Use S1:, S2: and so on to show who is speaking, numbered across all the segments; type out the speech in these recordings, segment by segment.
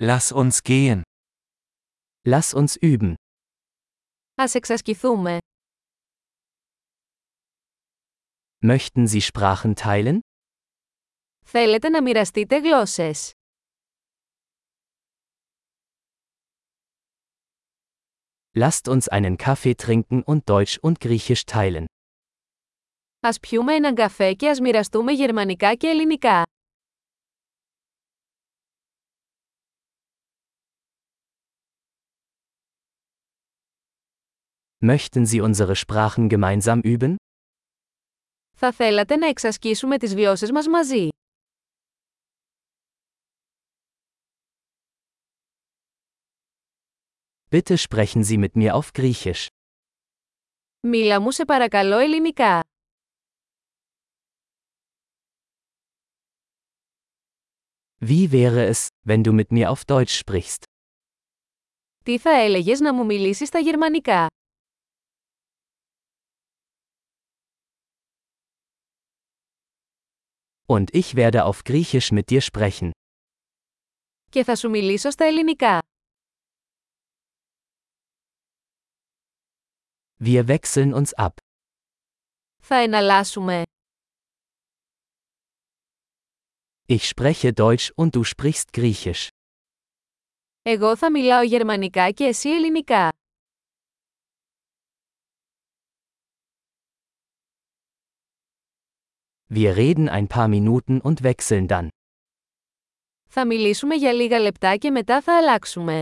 S1: Lass uns gehen.
S2: Lass uns üben.
S3: Ας εξασκηθούμε.
S2: Möchten Sie Sprachen teilen?
S3: Θέλετε να μοιραστείτε γλώσσες.
S2: Lasst uns einen Kaffee trinken und Deutsch und Griechisch teilen.
S3: Ας πιούμε έναν καφέ και ας μοιραστούμε γερμανικά και ελληνικά.
S2: Möchten Sie unsere Sprachen gemeinsam üben?
S3: Θα θέλατε να εξασκήσουμε τις γλώσσες μας μαζί.
S2: Bitte sprechen Sie mit mir auf Griechisch.
S3: Μίλα μου σε παρακαλώ ελληνικά.
S2: Wie wäre es, wenn du mit mir auf Deutsch sprichst?
S3: Τι θα έλεγες να μου μιλήσεις στα γερμανικά.
S2: Und ich werde auf Griechisch mit dir sprechen.
S3: Και θα σου μιλήσω στα ελληνικά.
S2: Wir wechseln uns ab.
S3: Θα εναλλάσσουμε.
S2: Ich spreche Deutsch und du sprichst Griechisch.
S3: Εγώ θα μιλάω γερμανικά και εσύ ελληνικά.
S2: Wir reden ein paar Minuten und wechseln dann.
S3: Θα μιλήσουμε για λίγα λεπτά και μετά θα αλλάξουμε.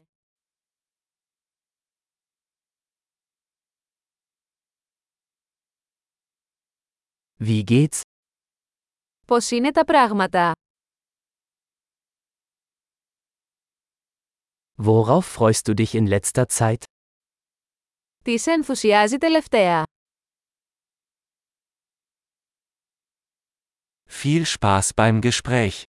S2: Wie geht's?
S3: Πώς είναι τα πράγματα.
S2: Worauf freust du dich in letzter Zeit?
S3: Τι σε ενθουσιάζει τελευταία.
S1: Viel Spaß beim Gespräch.